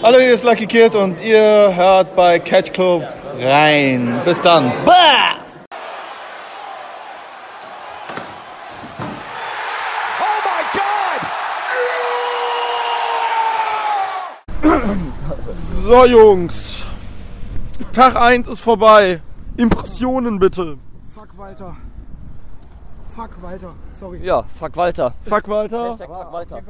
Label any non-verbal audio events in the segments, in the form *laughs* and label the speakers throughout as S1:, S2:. S1: Hallo, hier ist Lucky Kid und ihr hört bei Catch Club rein. Bis dann. Bah!
S2: Oh my God!
S3: So Jungs, Tag 1 ist vorbei. Impressionen bitte.
S4: Fuck Walter. Fuck Walter. Sorry.
S5: Ja, fuck Walter.
S3: Fuck Walter.
S5: fuck Walter.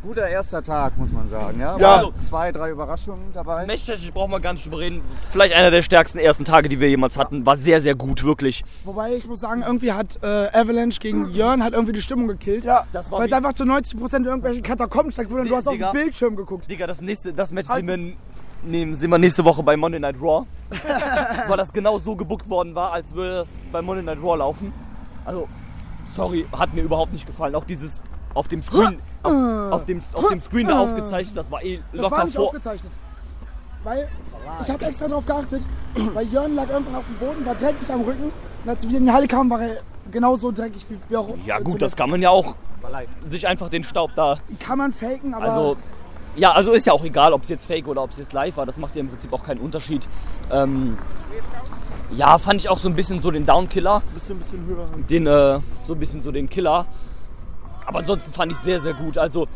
S2: Guter erster Tag, muss man sagen. Ja,
S3: Ja.
S2: Waren zwei, drei Überraschungen dabei.
S5: Messtechnisch brauchen wir gar nicht drüber reden. Vielleicht einer der stärksten ersten Tage, die wir jemals hatten. War sehr, sehr gut, wirklich.
S4: Wobei ich muss sagen, irgendwie hat äh, Avalanche gegen Jörn hat irgendwie die Stimmung gekillt. Ja,
S5: das war
S4: Weil
S5: wie-
S4: es einfach zu 90% irgendwelche Katakomben stand wurde und du hast auf
S5: Digga.
S4: den Bildschirm geguckt.
S5: Digga, das nächste, das Match
S4: Halt.
S5: sehen wir, nehmen, sehen wir nächste Woche bei Monday Night
S4: *laughs*
S5: Raw. Weil das genau so gebuckt worden war, als würde das bei Monday Night Raw laufen. Also, sorry, hat mir überhaupt nicht gefallen. Auch dieses auf dem Screen, auf, auf dem, auf dem Screen da aufgezeichnet, das war eh
S4: Das
S5: locker
S4: war nicht
S5: vor.
S4: aufgezeichnet. Weil ich habe extra drauf geachtet, weil Jörn lag irgendwann auf dem Boden, war dreckig am Rücken und als wir wieder in die Halle kamen, war er genauso dreckig wie wir auch.
S5: Ja
S4: äh,
S5: gut, das
S4: zuletzt.
S5: kann man ja auch sich einfach den Staub da
S4: kann man faken, aber
S5: Also, ja, also ist ja auch egal, ob es jetzt fake oder ob es jetzt live war. Das macht ja im Prinzip auch keinen Unterschied. Ähm, ja, fand ich auch so ein bisschen so den Downkiller. Den, äh, so ein bisschen so den Killer. Aber ansonsten fand ich sehr, sehr gut. Also,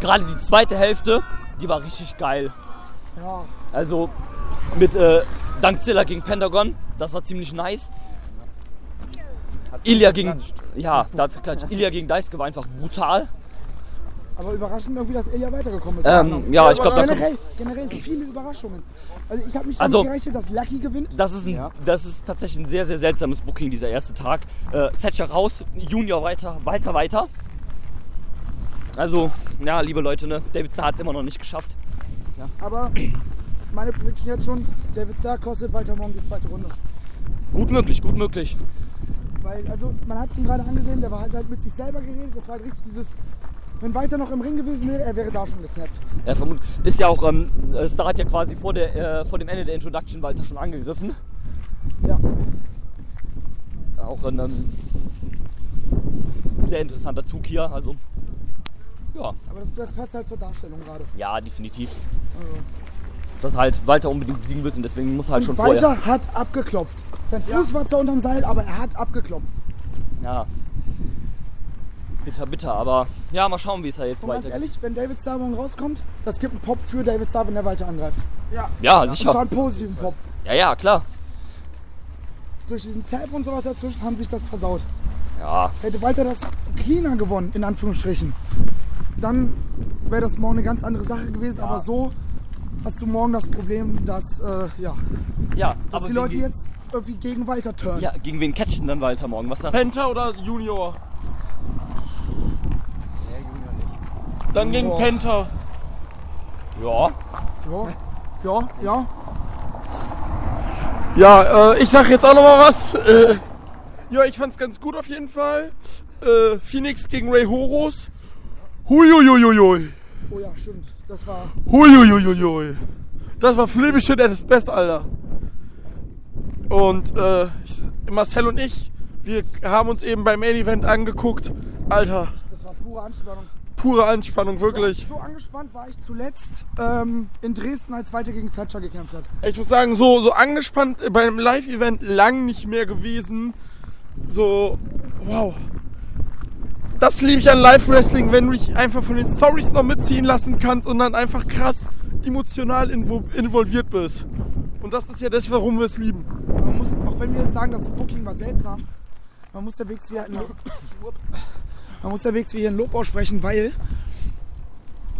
S5: gerade die zweite Hälfte, die war richtig geil.
S4: ja,
S5: Also, mit äh, Dankzilla gegen Pentagon, das war ziemlich nice. Ilya gegen. Ja, da hat's geklatscht. Ilya gegen Deiske war einfach brutal.
S4: aber überraschend irgendwie, dass er ja weitergekommen ist.
S5: Ähm, ja, ich glaube, das
S4: generell, generell viele Überraschungen. Also ich habe nicht damit
S5: Also-
S4: gerechnet, dass Lucky gewinnt.
S5: Das ist, ein, das ist tatsächlich ein sehr, sehr seltsames Booking, dieser erste Tag. Äh, Thatcher raus, Junior weiter, Walter weiter. Also, ja, liebe Leute, ne? Davidson hat es immer noch nicht geschafft.
S4: Aber meine Prediction jetzt schon, David Starr kostet Walter morgen die zweite Runde.
S5: Gut möglich, gut möglich.
S4: Weil, also man hat es ihm gerade angesehen, der war halt, halt mit sich selber geredet, das war halt richtig dieses, wenn Walter noch im Ring gewesen wäre, er wäre da schon gesnappt.
S5: Ja, vermutlich. Ist ja auch, ähm, äh, Star hat ja quasi vor, der, äh, vor dem Ende der Introduction Walter schon angegriffen.
S4: Ja,
S5: Auch ein ähm, sehr interessanter Zug hier. Also, ja,
S4: aber das, das passt halt zur Darstellung gerade.
S5: ja, definitiv. Dass halt Walter unbedingt besiegen müssen, deswegen muss er halt
S4: Also. Und
S5: schon
S4: Walter
S5: vorher.
S4: hat abgeklopft. Sein Fuß war zwar unterm Seil, aber er hat abgeklopft.
S5: Ja. Bitter, bitter, aber ja, mal schauen, wie es da jetzt
S4: Und ganz
S5: weitergeht.
S4: ehrlich, wenn David Starr morgen rauskommt, das gibt einen Pop für David Starr, wenn er Walter angreift.
S5: Ja,
S4: Und zwar
S5: sicher.
S4: einen positiven Pop.
S5: Ja, ja, klar.
S4: Durch diesen Tap und sowas dazwischen haben sich das versaut.
S5: Ja,
S4: Hätte Walter das cleaner gewonnen, in Anführungsstrichen, dann wäre das morgen eine ganz andere Sache gewesen. Aber so hast du morgen das Problem, dass, äh, ja,
S5: ja.
S4: dass die
S5: gegen
S4: Leute
S5: wen-
S4: jetzt irgendwie gegen Walter turnen.
S5: Ja, gegen wen catchen dann Walter morgen? Was sagt
S3: Penta oder Junior? Dann gegen Penta.
S5: Ja.
S4: Ja, ja, ja.
S3: Ja, äh, ich sag jetzt auch noch mal was. Äh, ja, ich fand's ganz gut auf jeden Fall. Äh, Phoenix gegen Ray Horus. Huiuiuiui.
S4: Oh ja, stimmt. Das war.
S3: Huiuiuiui. Das war flippy shit at its best, Alter. Und äh, ich, Marcel und ich, wir haben uns eben beim Main Event angeguckt. Alter,
S4: Das war pure Anspannung.
S3: pure Anspannung, wirklich.
S4: So angespannt war ich zuletzt ähm, in Dresden, als Walter gegen Thatcher gekämpft hat.
S3: Ich muss sagen, so, so angespannt bei einem Live-Event lang nicht mehr gewesen. So, wow. Das liebe ich an Live-Wrestling, wenn du dich einfach von den Stories noch mitziehen lassen kannst und dann einfach krass emotional invo- involviert bist. Und das ist ja das, warum wir es lieben.
S4: Man muss, auch wenn wir jetzt sagen, das Booking war seltsam, man muss der Wegs wie ein Lob, man muss der Wegs wie hier ein Lob aussprechen, weil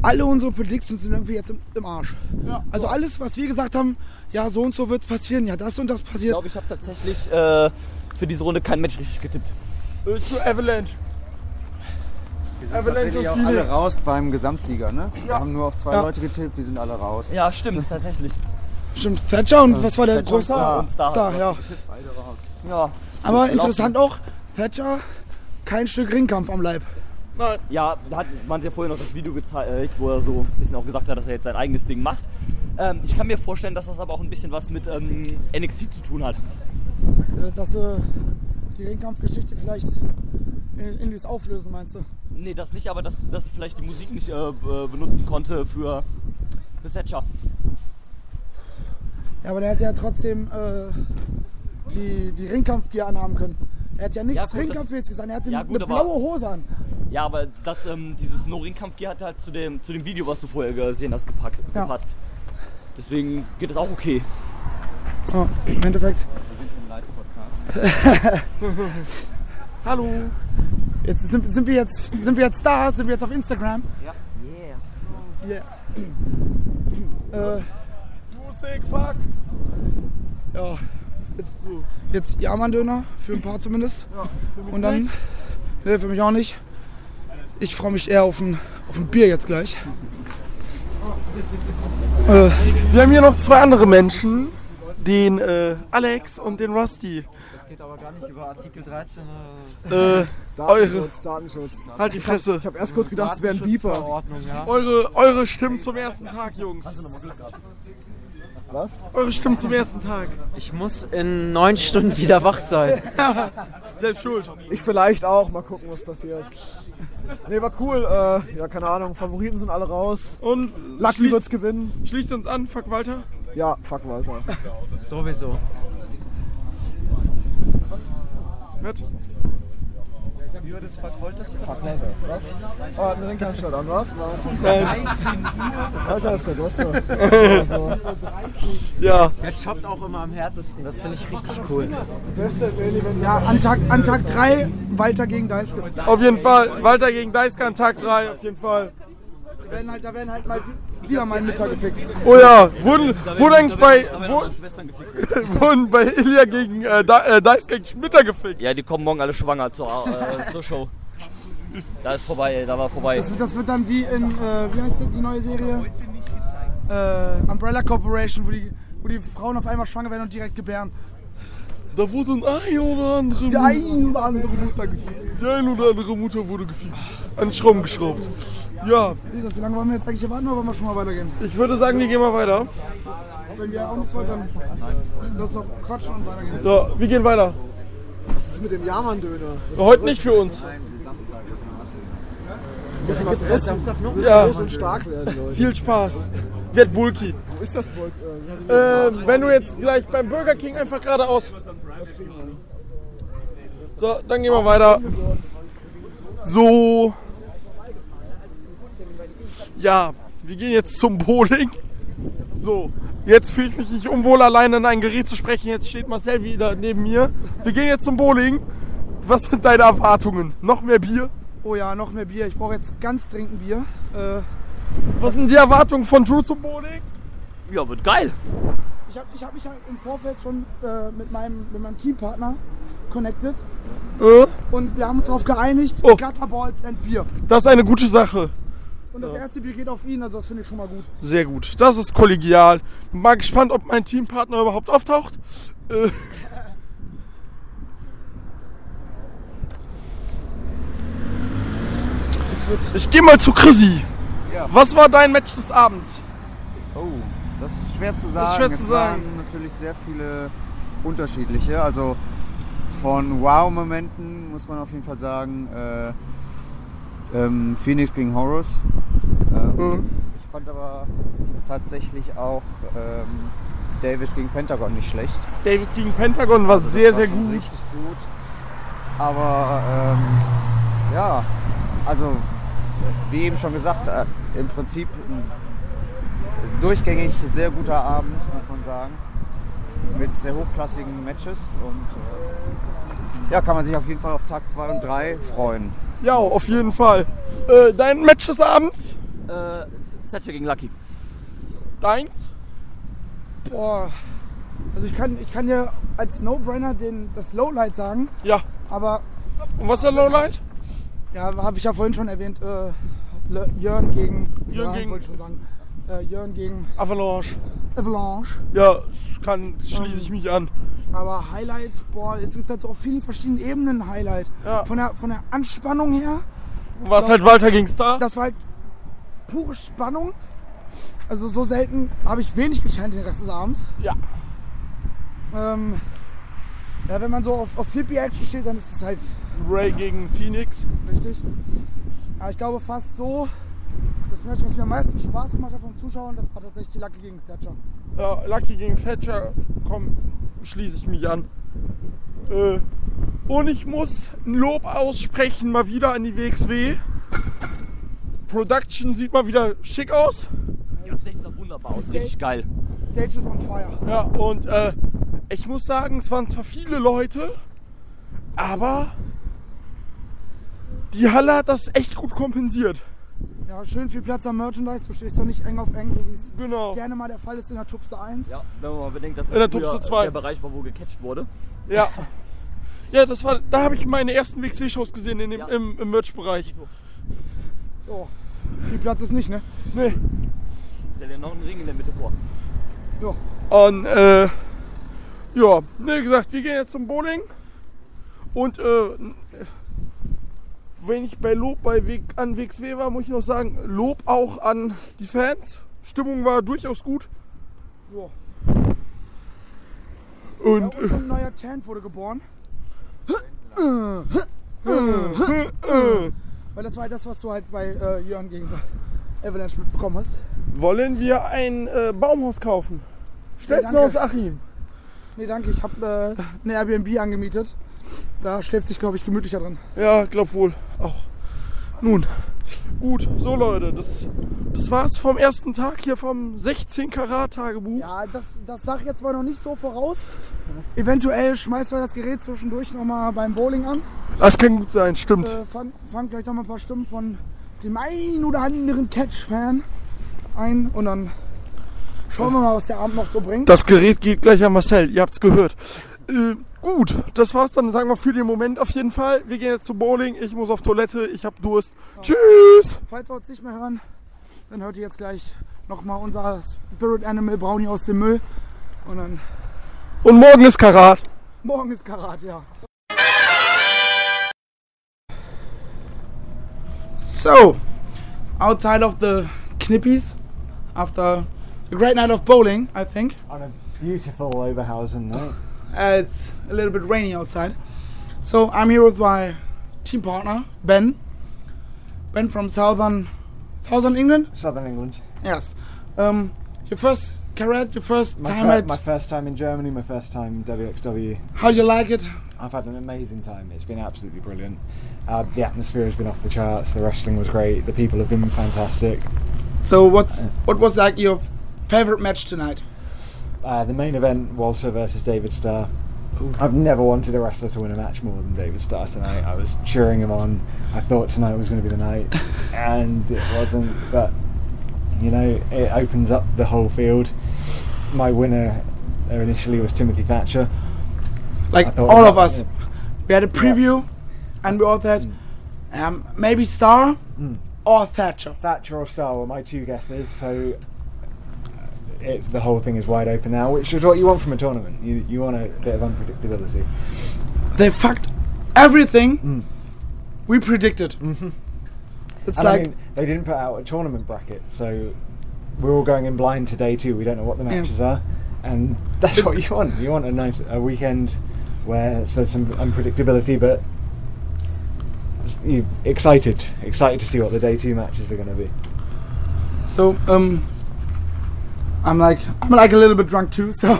S4: alle unsere Predictions sind irgendwie jetzt im, im Arsch. also alles, was wir gesagt haben, ja so und so wird passieren, ja das und das
S5: Ich
S4: passiert.
S5: glaube, ich habe tatsächlich äh, für diese Runde kein Match richtig getippt.
S3: Äh, Zu Avalanche.
S2: Wir sind
S3: Avalanche
S2: tatsächlich
S3: und
S2: auch alle
S3: Phoenix.
S2: raus beim Gesamtsieger, ne? Wir haben nur auf zwei
S4: Ja.
S2: Leute getippt, die sind alle raus.
S5: Ja, stimmt, tatsächlich.
S4: Stimmt, Thatcher und was war der
S2: Thatcher und
S4: größte
S2: Star.
S5: Und Star.
S4: ja.
S2: Beide raus.
S5: Ja.
S4: Aber interessant auch, Thatcher kein Stück Ringkampf am Leib.
S3: Nein.
S5: Ja, da hat man hat ja vorhin noch das Video gezeigt, wo er so ein bisschen auch gesagt hat, dass er jetzt sein eigenes Ding macht. Ähm, ich kann mir vorstellen, dass das aber auch ein bisschen was mit ähm, NXT zu tun hat.
S4: Dass äh, die Ringkampfgeschichte vielleicht in- Indies auflösen, meinst du?
S5: Nee, das nicht, aber dass, dass sie vielleicht die Musik nicht äh, be- benutzen konnte für, für Thatcher.
S4: Ja, aber der hätte ja trotzdem äh, die, die Ringkampfgear anhaben können. Er hat ja nichts
S5: gut,
S4: Ringkampfes gesagt, er hatte
S5: Ja, gut,
S4: eine
S5: aber-
S4: blaue Hose an.
S5: Ja, aber das, ähm, dieses No-Ring-Kampfgear hat halt zu dem, zu dem Video, was du vorher gesehen hast, gepackt,
S4: Ja.
S5: gepasst. Deswegen geht das auch okay.
S4: Ja, Im
S2: *laughs*
S4: Endeffekt,
S3: Hallo.
S4: jetzt sind, sind, wir jetzt, sind wir jetzt da, sind wir jetzt auf Instagram.
S2: *clears throat*
S4: Äh.
S3: Du Sick Fuck.
S4: Ja. Jetzt, jetzt Jahrmann-Döner, für ein paar zumindest. Und dann, ne, für mich auch nicht. Ich freue mich eher auf ein, auf ein Bier jetzt gleich.
S3: Wir haben hier noch zwei andere Menschen. Den äh, Alex und den Rusty.
S6: äh,
S3: Das geht aber gar nicht über Artikel 13. Äh, eure,
S2: Datenschutz, Datenschutz. Ich
S3: halt die Fresse.
S2: habe erst kurz gedacht, es wäre ein Beeper.
S3: Eure, eure Stimmen zum ersten Tag, Jungs.
S2: Was?
S3: Eure Stimmen zum ersten Tag.
S6: Ich muss in neun Stunden wieder wach
S3: *laughs*
S6: sein.
S3: Selbst schuld.
S7: Ich vielleicht auch, mal gucken, was passiert. Nee, war cool. Äh, ja, keine Ahnung, Favoriten sind alle raus.
S3: Und
S7: Lucky wird's
S3: schließt,
S7: gewinnen.
S3: schließt uns an, fuck Walter.
S7: Ja, fuck Walter.
S6: Sowieso.
S3: Mit.
S7: Oh, hat einen Ringkampfstadt an, was? Nein. Alter, ist der Goster. Also,
S3: Ja.
S6: Der choppt auch immer am härtesten. Das finde ich richtig cool.
S7: beste Rallye, wenn
S4: Ja, an Tag 3 an Tag drei, Walter gegen Deiske.
S3: Auf jeden Fall. Walter gegen Deiskan, Tag 3, auf jeden Fall.
S4: Da werden halt, da werden halt mal wieder mal Mütter gefickt.
S3: Oh ja, wurden, wurden eigentlich bei,
S5: Wo?
S3: wurden, wurden bei Ilya gegen äh, Da- äh, Dice gegen Schmitter gefickt.
S5: Ja, die kommen morgen alle schwanger zur, äh, *laughs* zur Show. Da ist vorbei, ey, da war vorbei.
S4: Das wird, das wird dann wie in, äh, wie heißt das, die neue Serie? Äh, Umbrella Corporation, wo die, wo die Frauen auf einmal schwanger werden und direkt gebären.
S3: Da wurde ein ein oder andere
S7: die ein oder andere Mutter gefickt.
S3: Die ein oder andere Mutter wurde gefickt. An Schrauben geschraubt. Ja,
S4: Lisa, wie lange wollen wir jetzt eigentlich hier warten oder wollen wir schon mal weitergehen?
S3: ich würde sagen, wir gehen mal weiter.
S4: Wenn wir auch nichts wollen, dann lass doch quatschen und weitergehen.
S3: Ja, wir gehen weiter.
S7: Was ist mit dem Jahrmann-Döner?
S3: Heute nicht für uns.
S7: Muss man was essen?
S3: Ja,
S7: Groß und stark werden, Leute.
S3: viel Spaß. Werd bulky.
S7: Wo ist das Volk? Äh, hat die-
S3: Ähm, wenn du jetzt gleich beim Burger King einfach geradeaus. So, dann gehen wir weiter. So. Ja, wir gehen jetzt zum Bowling. So, jetzt fühle ich mich nicht unwohl, alleine in ein Gerät zu sprechen. Jetzt steht Marcel wieder neben mir. Wir gehen jetzt zum Bowling. Was sind deine Erwartungen? Noch mehr Bier?
S4: Oh ja, noch mehr Bier. Ich brauche jetzt ganz dringend Bier. Äh,
S3: Was sind die Erwartungen von Drew zum Bowling?
S5: Ja, wird geil.
S4: ich habe ich hab mich halt im Vorfeld schon äh, mit, meinem, mit meinem Teampartner connected
S3: Äh,
S4: und wir haben uns darauf geeinigt,
S3: Oh.
S4: Gutterballs and Bier.
S3: das ist eine gute Sache.
S4: Und das erste Bier geht auf ihn, also das finde ich schon mal gut.
S3: Sehr gut. Das ist kollegial. Bin mal gespannt, ob mein Teampartner überhaupt auftaucht. Äh. Ich gehe mal zu Chrissy. Was war dein Match des Abends?
S2: Oh, das ist schwer zu sagen.
S3: schwer zu
S2: es
S3: sagen.
S2: waren natürlich sehr viele unterschiedliche. Also von Wow-Momenten muss man auf jeden Fall sagen. Äh, ähm, Phoenix gegen Horus. Ähm, Ich fand aber tatsächlich auch ähm, Davis gegen Pentagon nicht schlecht.
S3: Davis gegen Pentagon war sehr,
S2: Das war
S3: sehr
S2: schon
S3: gut.
S2: Richtig gut. Aber ähm, ja, also wie eben schon gesagt, äh, im Prinzip ein s- durchgängig sehr guter Abend, muss man sagen. Mit sehr hochklassigen Matches und äh, ja, kann man sich auf jeden Fall auf Tag 2 und 3 freuen.
S3: Ja, auf jeden Fall. Äh, dein Match des Abends?
S5: Äh, Satchel gegen Lucky.
S3: Deins?
S4: Boah. Also ich kann, ich kann dir als No-Brainer den, das Lowlight sagen,
S3: Ja.
S4: aber
S3: Und was ist der Lowlight?
S4: ja, habe ich ja vorhin schon erwähnt, äh, Le- Jörn gegen
S3: Jörn gegen-
S4: wollte ich schon sagen. Äh, Jörn gegen
S3: Avalanche.
S4: Avalanche.
S3: Ja, kann, schließe ich mich an.
S4: Aber Highlight, boah, es gibt halt so auf vielen verschiedenen Ebenen ein Highlight.
S3: Ja.
S4: Von, der, von der Anspannung her,
S3: War es halt Walter gegen Star?
S4: das war halt pure Spannung. Also so selten habe ich wenig gescheint den Rest des Abends.
S3: Ja.
S4: Ähm, ja, wenn man so auf, auf Flippy-Action steht, dann ist es halt
S3: Ray gegen Phoenix.
S4: Richtig. Aber ich glaube, fast so Das Match, was mir am meisten Spaß gemacht hat vom Zuschauen, das war tatsächlich die Lucky gegen Thatcher.
S3: Ja, Lucky gegen Thatcher, komm, schließe ich mich an. Äh, und ich muss ein Lob aussprechen, mal wieder an die WXW. Production sieht mal wieder schick aus.
S5: Ja, das sieht doch wunderbar aus. Richtig geil.
S4: Stage is on fire.
S3: Ja, und äh, ich muss sagen, es waren zwar viele Leute, aber die Halle hat das echt gut kompensiert.
S4: Ja, schön viel Platz am Merchandise. Du stehst da nicht eng auf eng, so wie es
S3: Genau.
S4: gerne mal der Fall ist in der Tupse 1.
S5: Ja, wenn man mal bedenkt, dass
S3: In der
S5: das früher
S3: Tupse zwei.
S5: der Bereich war, wo gecatcht wurde.
S3: Ja. Ja, das war, da habe ich meine ersten WXW-Shows gesehen in dem,
S5: Ja.
S3: im, im Merch-Bereich.
S4: Jo. Viel Platz ist nicht, ne?
S3: Nee.
S5: Stell dir noch einen Ring in der Mitte vor.
S3: Und äh, ja, ne, wie gesagt, wir gehen jetzt zum Bowling. Und äh, wenn ich bei Lob bei w an WXW war, muss ich noch sagen, Lob auch an die Fans. Stimmung war durchaus gut.
S4: Jo.
S3: Und
S4: Und ein neuer Chant wurde geboren. Weil das war halt das, was du halt bei äh, Jörn gegen Avalanche mitbekommen hast.
S3: äh, wollen wir ein äh, Baumhaus kaufen? Stellt's
S4: danke.
S3: aus Achim.
S4: Nee, danke, ich habe äh, eine Airbnb angemietet. Da schläft sich, glaube ich, gemütlicher drin.
S3: Ja, glaub wohl. Auch. Nun, gut, so Leute, das, das war's vom ersten Tag hier vom 16 Karat Tagebuch.
S4: Ja, das, das sag ich jetzt mal noch nicht so voraus. Eventuell schmeißt man das Gerät zwischendurch nochmal beim Bowling an.
S3: Das kann gut sein, stimmt.
S4: Äh, fang, fang vielleicht nochmal ein paar Stimmen von dem einen oder anderen Catch-Fan ein und dann schauen wir mal, was der Abend noch so bringt.
S3: Das Gerät geht gleich an Marcel, ihr habt's gehört. Äh, gut, das war's dann, sagen wir für den Moment auf jeden Fall. Wir gehen jetzt zum Bowling, ich muss auf Toilette, ich hab Durst. Tschüss!
S4: Falls wir uns nicht mehr hören, dann hört ihr jetzt gleich nochmal unser Spirit Animal Brownie aus dem Müll. Und dann
S3: Und morgen ist Karat.
S4: morgen ist Karat, ja. So, outside of the Knippies, after a great night of bowling, I think.
S7: On a beautiful Oberhausen night.
S4: Uh, it's a little bit rainy outside. So I'm here with my team partner, Ben. Ben from southern southern England.
S7: Southern England.
S4: Yes. Um, your first carrot, your first
S7: My,
S4: time
S7: fir-
S4: at.
S7: my first time in Germany, my first time WXW.
S4: How you like it?
S7: I've had an amazing time. It's been absolutely brilliant. Uh, the atmosphere has been off the charts. The wrestling was great. The people have been fantastic.
S4: So what's what was like your favorite match tonight?
S7: Uh, the main event, Walter versus David Starr. I've never wanted a wrestler to win a match more than David Starr tonight. I was cheering him on. I thought tonight was going to be
S4: *laughs*
S7: the night, and it wasn't. But you know, it opens up the whole field. My winner there initially was Timothy Thatcher. I
S4: Like
S7: thought
S4: all
S7: about-
S4: of us, we had a preview, and we all said,
S7: Mm.
S4: um, maybe Star or Thatcher.
S7: Thatcher or Starr were my two guesses. So uh, it's the whole thing is wide open now, which is what you want from a tournament. You you want a bit of unpredictability.
S4: They fucked everything
S7: Mm.
S4: we predicted. It's
S7: And
S4: like
S7: I mean, they didn't put out a tournament bracket, so we're all going in blind today too. We don't know what the matches are, and *laughs* that's what you want. You want a nice a weekend where there's some unpredictability, but s- you excited, excited to see what the day two matches are going to be.
S4: So, um, I'm like, I'm like a little bit drunk too. *laughs* So,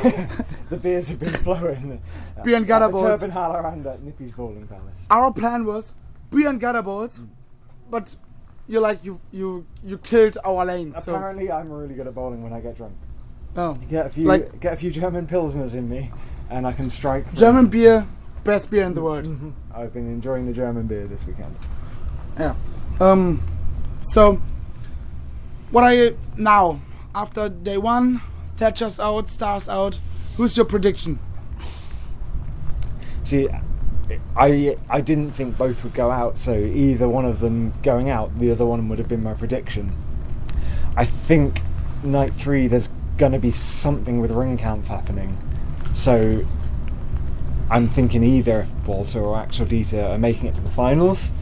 S7: The beers have been *laughs*
S4: *laughs*
S7: flowing.
S4: Beer and
S7: At
S4: gutter
S7: the
S4: balls.
S7: Turban Halarand at Nippy's Bowling Palace.
S4: our plan was be on gutter balls, but you're like, you you you killed our lane. So,
S7: Apparently, I'm really good at bowling when I get drunk.
S4: oh.
S7: Get a few,
S4: Like-
S7: get a few German pilsners in me, and I can strike. from-
S4: German beer, best beer in the world.
S7: I've been enjoying the German beer this weekend.
S4: Yeah. Um. So, what are you now after day one? Thatcher's out, stars out. Who's your prediction?
S7: See, I I didn't think both would go out, so either one of them going out, the other one would have been my prediction. I think night three, there's going to be something with ring camp happening, so I'm thinking either Walter or Axel Dieter are making it to the finals.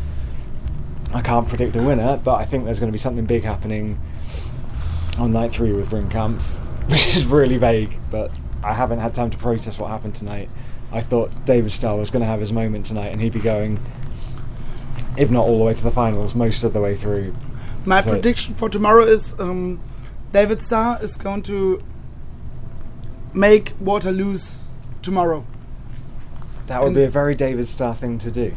S7: I can't predict a winner, but I think there's going to be something big happening on night three with Ringkampf, *laughs* which is really vague, but I haven't had time to process what happened tonight. I thought David Starr was going to have his moment tonight and he'd be going, if not all the way to the finals, most of the way through.
S4: My
S7: So-
S4: prediction for tomorrow is um, David Starr is going to make Waterloos tomorrow.
S7: That would be a very David Starr thing to do. Mm.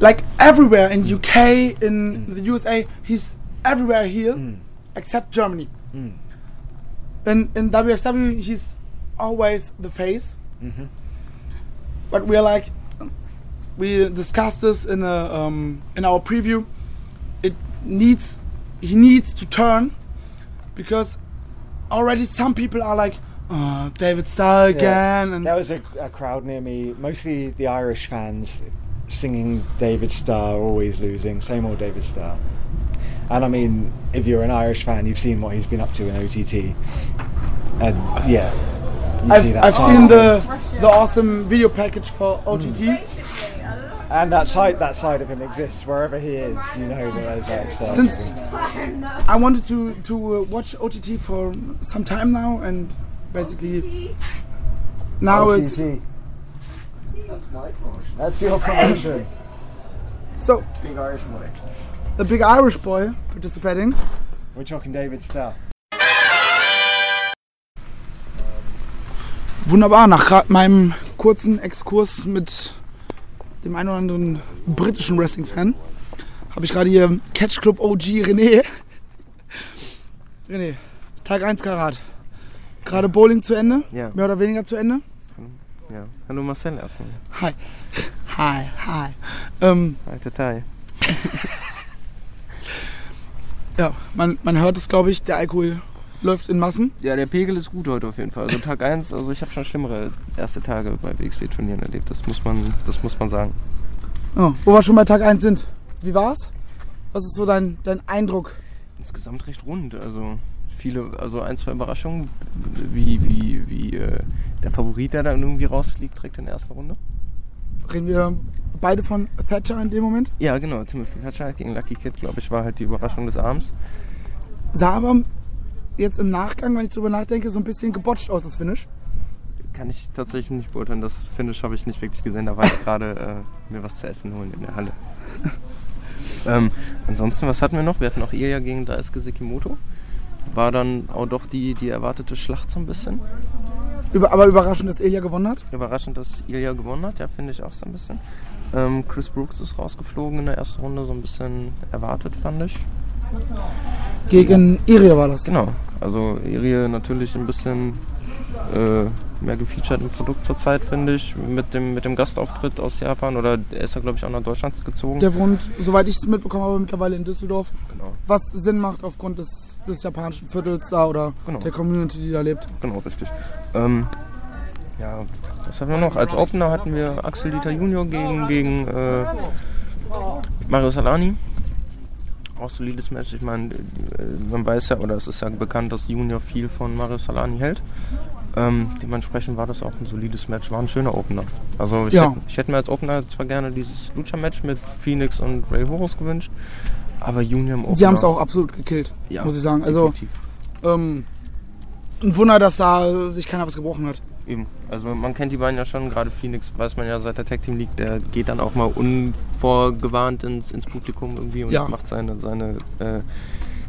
S4: Like everywhere in UK, in the USA, he's everywhere here
S7: Mm.
S4: except Germany. In in WXW, he's always the face. But we're like, we discussed this in a um, in our preview. It needs he needs to turn because already some people are like, oh, David Starr
S7: Yeah.
S4: again, and
S7: There was a, a crowd near me, mostly the Irish fans, singing David Starr, always losing, same old David Starr. And I mean, if you're an Irish fan, you've seen what he's been up to in OTT. And yeah, you see
S4: I've,
S7: that.
S4: I've
S7: side
S4: seen
S7: of him.
S4: the the awesome video package for OTT.
S2: Mm.
S7: And that side, that side of him exists wherever he is. You know that there's that side. of
S4: Since-
S7: him.
S4: I wanted to to uh, watch OTT for some time now, and basically now it's
S7: OTT. That's your promotion.
S4: so
S2: Big Irish boy.
S4: a big Irish boy participating.
S7: We're talking David Starr.
S4: Wunderbar. Nach gra- meinem kurzen Exkurs mit dem einen oder anderen britischen Wrestling-Fan habe ich gerade hier Catch Club OG René. *laughs* René, Tag 1 Karat. Gerade Bowling zu Ende,
S8: Ja.
S4: mehr oder weniger zu Ende.
S8: Ja. Hallo Marcel erstmal.
S4: Hi. Hi, hi. Ähm,
S8: Hi, total.
S4: ja, man, man hört es, glaube ich, der Alkohol läuft in Massen.
S8: Ja, der Pegel ist gut heute auf jeden Fall. Also Tag 1, also ich habe schon schlimmere erste Tage bei WXW-Turnieren erlebt. Das muss man, das muss man sagen.
S4: Oh, wo wir schon bei Tag 1 sind. Wie war's? Was ist so dein, dein Eindruck?
S8: Insgesamt recht rund. Also viele, also ein, zwei Überraschungen, wie, wie, wie äh, der Favorit, der dann irgendwie rausfliegt, direkt in der ersten Runde.
S4: Reden wir beide von Thatcher in dem Moment?
S8: Ja, genau. Timothy Hatcher gegen Lucky Kid, glaube ich, war halt die Überraschung des Abends.
S4: Sah aber jetzt im Nachgang, wenn ich drüber nachdenke, so ein bisschen gebotcht aus, das Finish.
S8: Kann ich tatsächlich nicht beurteilen. Das Finish habe ich nicht wirklich gesehen. Da war ich gerade äh, mir was zu essen holen in der Halle. ähm, ansonsten, was hatten wir noch? Wir hatten auch Ilya gegen Daisuke Sekimoto. War dann auch doch die, die erwartete Schlacht so ein bisschen.
S4: Über, aber überraschend, dass Ilya gewonnen hat.
S8: Überraschend, dass Ilya gewonnen hat. Ja, finde ich auch so ein bisschen. Ähm, Chris Brooks ist rausgeflogen in der ersten Runde. So ein bisschen erwartet, fand ich.
S4: Gegen Iria war das.
S8: Genau. Also Irie natürlich ein bisschen äh, mehr gefeatured im Produkt zurzeit, finde ich, mit dem, mit dem Gastauftritt aus Japan. Oder er ist ja, glaube ich, auch nach Deutschland gezogen.
S4: Der wohnt, soweit ich es mitbekommen habe, mittlerweile in Düsseldorf.
S8: Genau.
S4: Was Sinn macht aufgrund des, des japanischen Viertels da oder
S8: Genau.
S4: der Community, die da lebt.
S8: Genau, richtig. Ähm, ja, was hatten wir noch? Als Opener hatten wir Axel Dieter Junior gegen, gegen äh, Mario Salani. Auch solides Match. Ich meine, äh, man weiß ja, oder es ist ja bekannt, dass Junior viel von Mario Salani hält. Ähm, dementsprechend war das auch ein solides Match, war ein schöner Opener. Also ich,
S4: Ja.
S8: hätte, ich hätte mir als Opener zwar gerne dieses Lucha-Match mit Phoenix und Ray Horus gewünscht, aber Junior im Opener...
S4: Die haben es auch absolut gekillt,
S8: Ja,
S4: muss ich sagen. Also
S8: definitiv.
S4: ähm, ein Wunder, dass da sich keiner was gebrochen hat.
S8: Eben. Also man kennt die beiden ja schon, gerade Phoenix weiß man ja seit der Tag Team League, der geht dann auch mal unvorgewarnt ins, ins Publikum irgendwie und
S4: Ja.
S8: macht seine, seine, äh,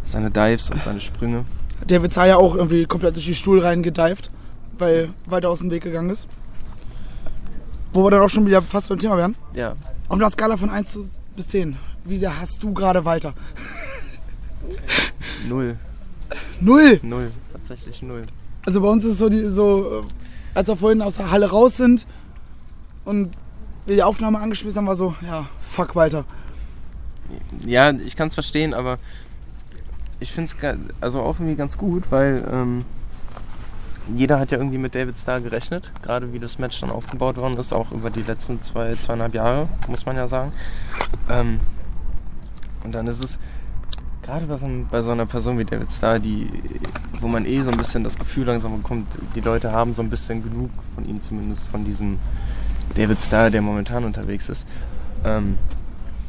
S8: seine Dives und seine Sprünge.
S4: David Zaya auch irgendwie komplett durch die Stuhl reingedived, weil weiter aus dem Weg gegangen ist. Wo wir dann auch schon wieder fast beim Thema wären.
S8: Ja.
S4: Auf einer Skala von 1 zu- bis 10, wie sehr hast du gerade Walter?
S8: Null.
S4: Null!
S8: Null. Tatsächlich null.
S4: Also bei uns ist so, die, so, äh, als wir vorhin aus der Halle raus sind und wir die Aufnahme angespielt haben, war so, ja, fuck Walter.
S8: Ja, ich kann es verstehen, aber ich finde es also auch irgendwie ganz gut, weil ähm, jeder hat ja irgendwie mit David Starr gerechnet, gerade wie das Match dann aufgebaut worden ist, auch über die letzten zwei, zweieinhalb Jahre, muss man ja sagen. Ähm, und dann ist es gerade bei, so, einem- bei so einer Person wie David Starr, die, wo man eh so ein bisschen das Gefühl langsam bekommt, die Leute haben so ein bisschen genug von ihm zumindest, von diesem David Starr, der momentan unterwegs ist. Ähm,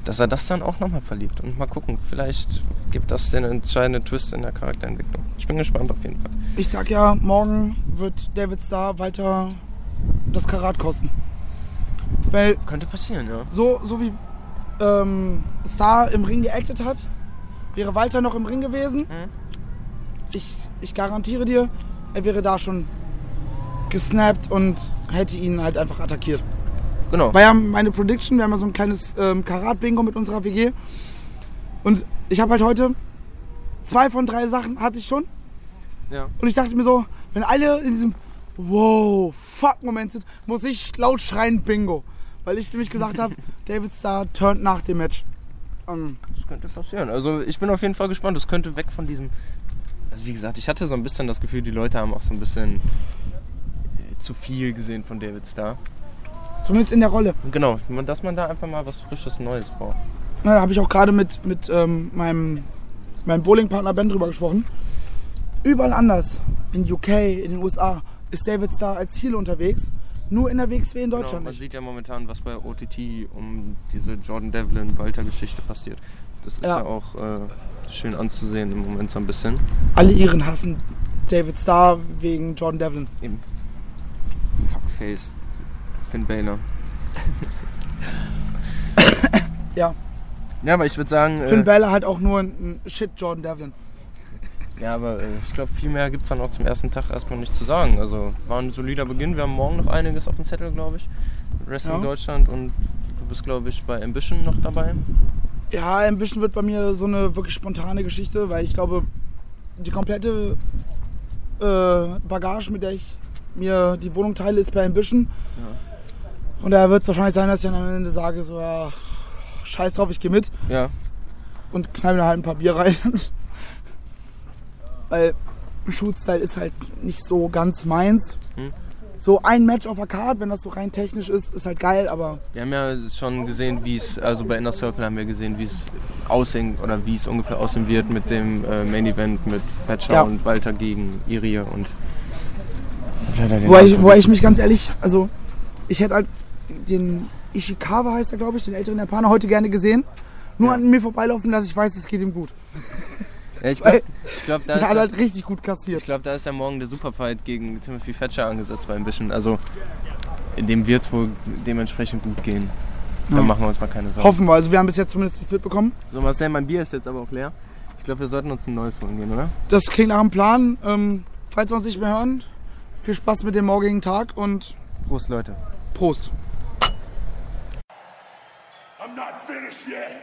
S8: dass er das dann auch nochmal verliebt. Und mal gucken, vielleicht gibt das den entscheidenden Twist in der Charakterentwicklung. Ich bin gespannt auf jeden Fall.
S4: Ich sag ja, morgen wird David Star Walter das Karat kosten. Weil
S8: Könnte passieren, ja.
S4: so, so wie ähm, Star im Ring geactet hat, wäre Walter noch im Ring gewesen, ich, ich garantiere dir, er wäre da schon gesnappt und hätte ihn halt einfach attackiert.
S8: Genau.
S4: War ja meine Prediction, wir haben ja so ein kleines ähm, Karat-Bingo mit unserer WG. Und ich habe halt heute zwei von drei Sachen hatte ich schon.
S8: Ja.
S4: Und ich dachte mir so, wenn alle in diesem Wow, fuck-Moment sind, muss ich laut schreien Bingo. Weil ich nämlich gesagt habe, David Starr turnt nach dem Match. Ähm,
S8: Das könnte passieren. Also ich bin auf jeden Fall gespannt. Das könnte weg von diesem. Also wie gesagt, ich hatte so ein bisschen das Gefühl, die Leute haben auch so ein bisschen äh, zu viel gesehen von David Starr.
S4: zumindest in der Rolle.
S8: Genau, man- dass man da einfach mal was Frisches Neues braucht.
S4: Na, Da habe ich auch gerade mit, mit ähm, meinem, meinem Bowling-Partner Ben drüber gesprochen. Überall anders, in UK, in den USA, ist David Starr als Heel unterwegs. Nur in der WXW in
S8: Genau,
S4: Deutschland
S8: man
S4: nicht.
S8: sieht ja momentan, was bei OTT um diese Jordan Devlin-Walter-Geschichte passiert. Das ist ja,
S4: Ja.
S8: auch äh, schön anzusehen im Moment so ein bisschen.
S4: Alle Iren hassen David Starr wegen Jordan Devlin.
S8: Fuckface Finn Balor.
S4: *coughs* Ja.
S8: Ja, aber ich würde sagen,
S4: Finn
S8: äh,
S4: Balor halt auch nur ein ein Shit Jordan Devlin.
S8: ja, aber äh, ich glaube, viel mehr gibt es dann auch zum ersten Tag erstmal nicht zu sagen. Also war ein solider Beginn. Wir haben morgen noch einiges auf dem Zettel, glaube ich. Wrestling
S4: Ja.
S8: Deutschland und du bist, glaube ich, bei Ambition noch dabei.
S4: Ja, ein bisschen wird bei mir so eine wirklich spontane Geschichte, weil ich glaube, die komplette äh, Bagage, mit der ich mir die Wohnung teile, ist bei Ambition. Und daher wird es wahrscheinlich sein, dass ich dann am Ende sage, so, ja, scheiß drauf, ich gehe mit
S8: Ja,
S4: und knall mir halt ein paar Bier rein. Weil Shoot-Style ist halt nicht so ganz meins.
S8: Hm.
S4: So ein Match auf der Card, wenn das so rein technisch ist, ist halt geil, aber
S8: wir haben ja schon gesehen, wie es, also bei Inner Circle haben wir gesehen, wie es aussehen oder wie es ungefähr aussehen wird mit dem äh, Main Event mit Thatcher
S4: Ja.
S8: und Walter gegen Irie und
S7: Leider den
S4: Wobei ich,
S7: Namen
S4: wobei ich mich ganz ehrlich, also ich hätte halt den Ishikawa heißt er, glaube ich, den älteren Japaner heute gerne gesehen. Nur an mir vorbeilaufen lassen, ich weiß, es geht ihm gut.
S8: Ja, ich
S4: Weil-
S8: glaube, glaub, da,
S4: Der hat
S8: ist-
S4: halt richtig gut kassiert.
S8: ich glaub, da ist ja morgen der Superfight gegen Timothy Thatcher angesetzt bei ein bisschen. Also in dem wird es wohl dementsprechend gut gehen. Da
S4: Ja.
S8: machen wir uns mal keine Sorgen.
S4: Hoffen wir, also wir haben bis jetzt zumindest nichts mitbekommen.
S8: So Marcel, mein Bier ist jetzt aber auch leer. Ich glaube, wir sollten uns ein neues holen gehen, oder?
S4: Das klingt nach einem Plan. Ähm, falls wir uns nicht mehr hören, viel Spaß mit dem morgigen Tag und
S8: Prost, Leute.
S4: Prost.
S9: I'm not finished yet.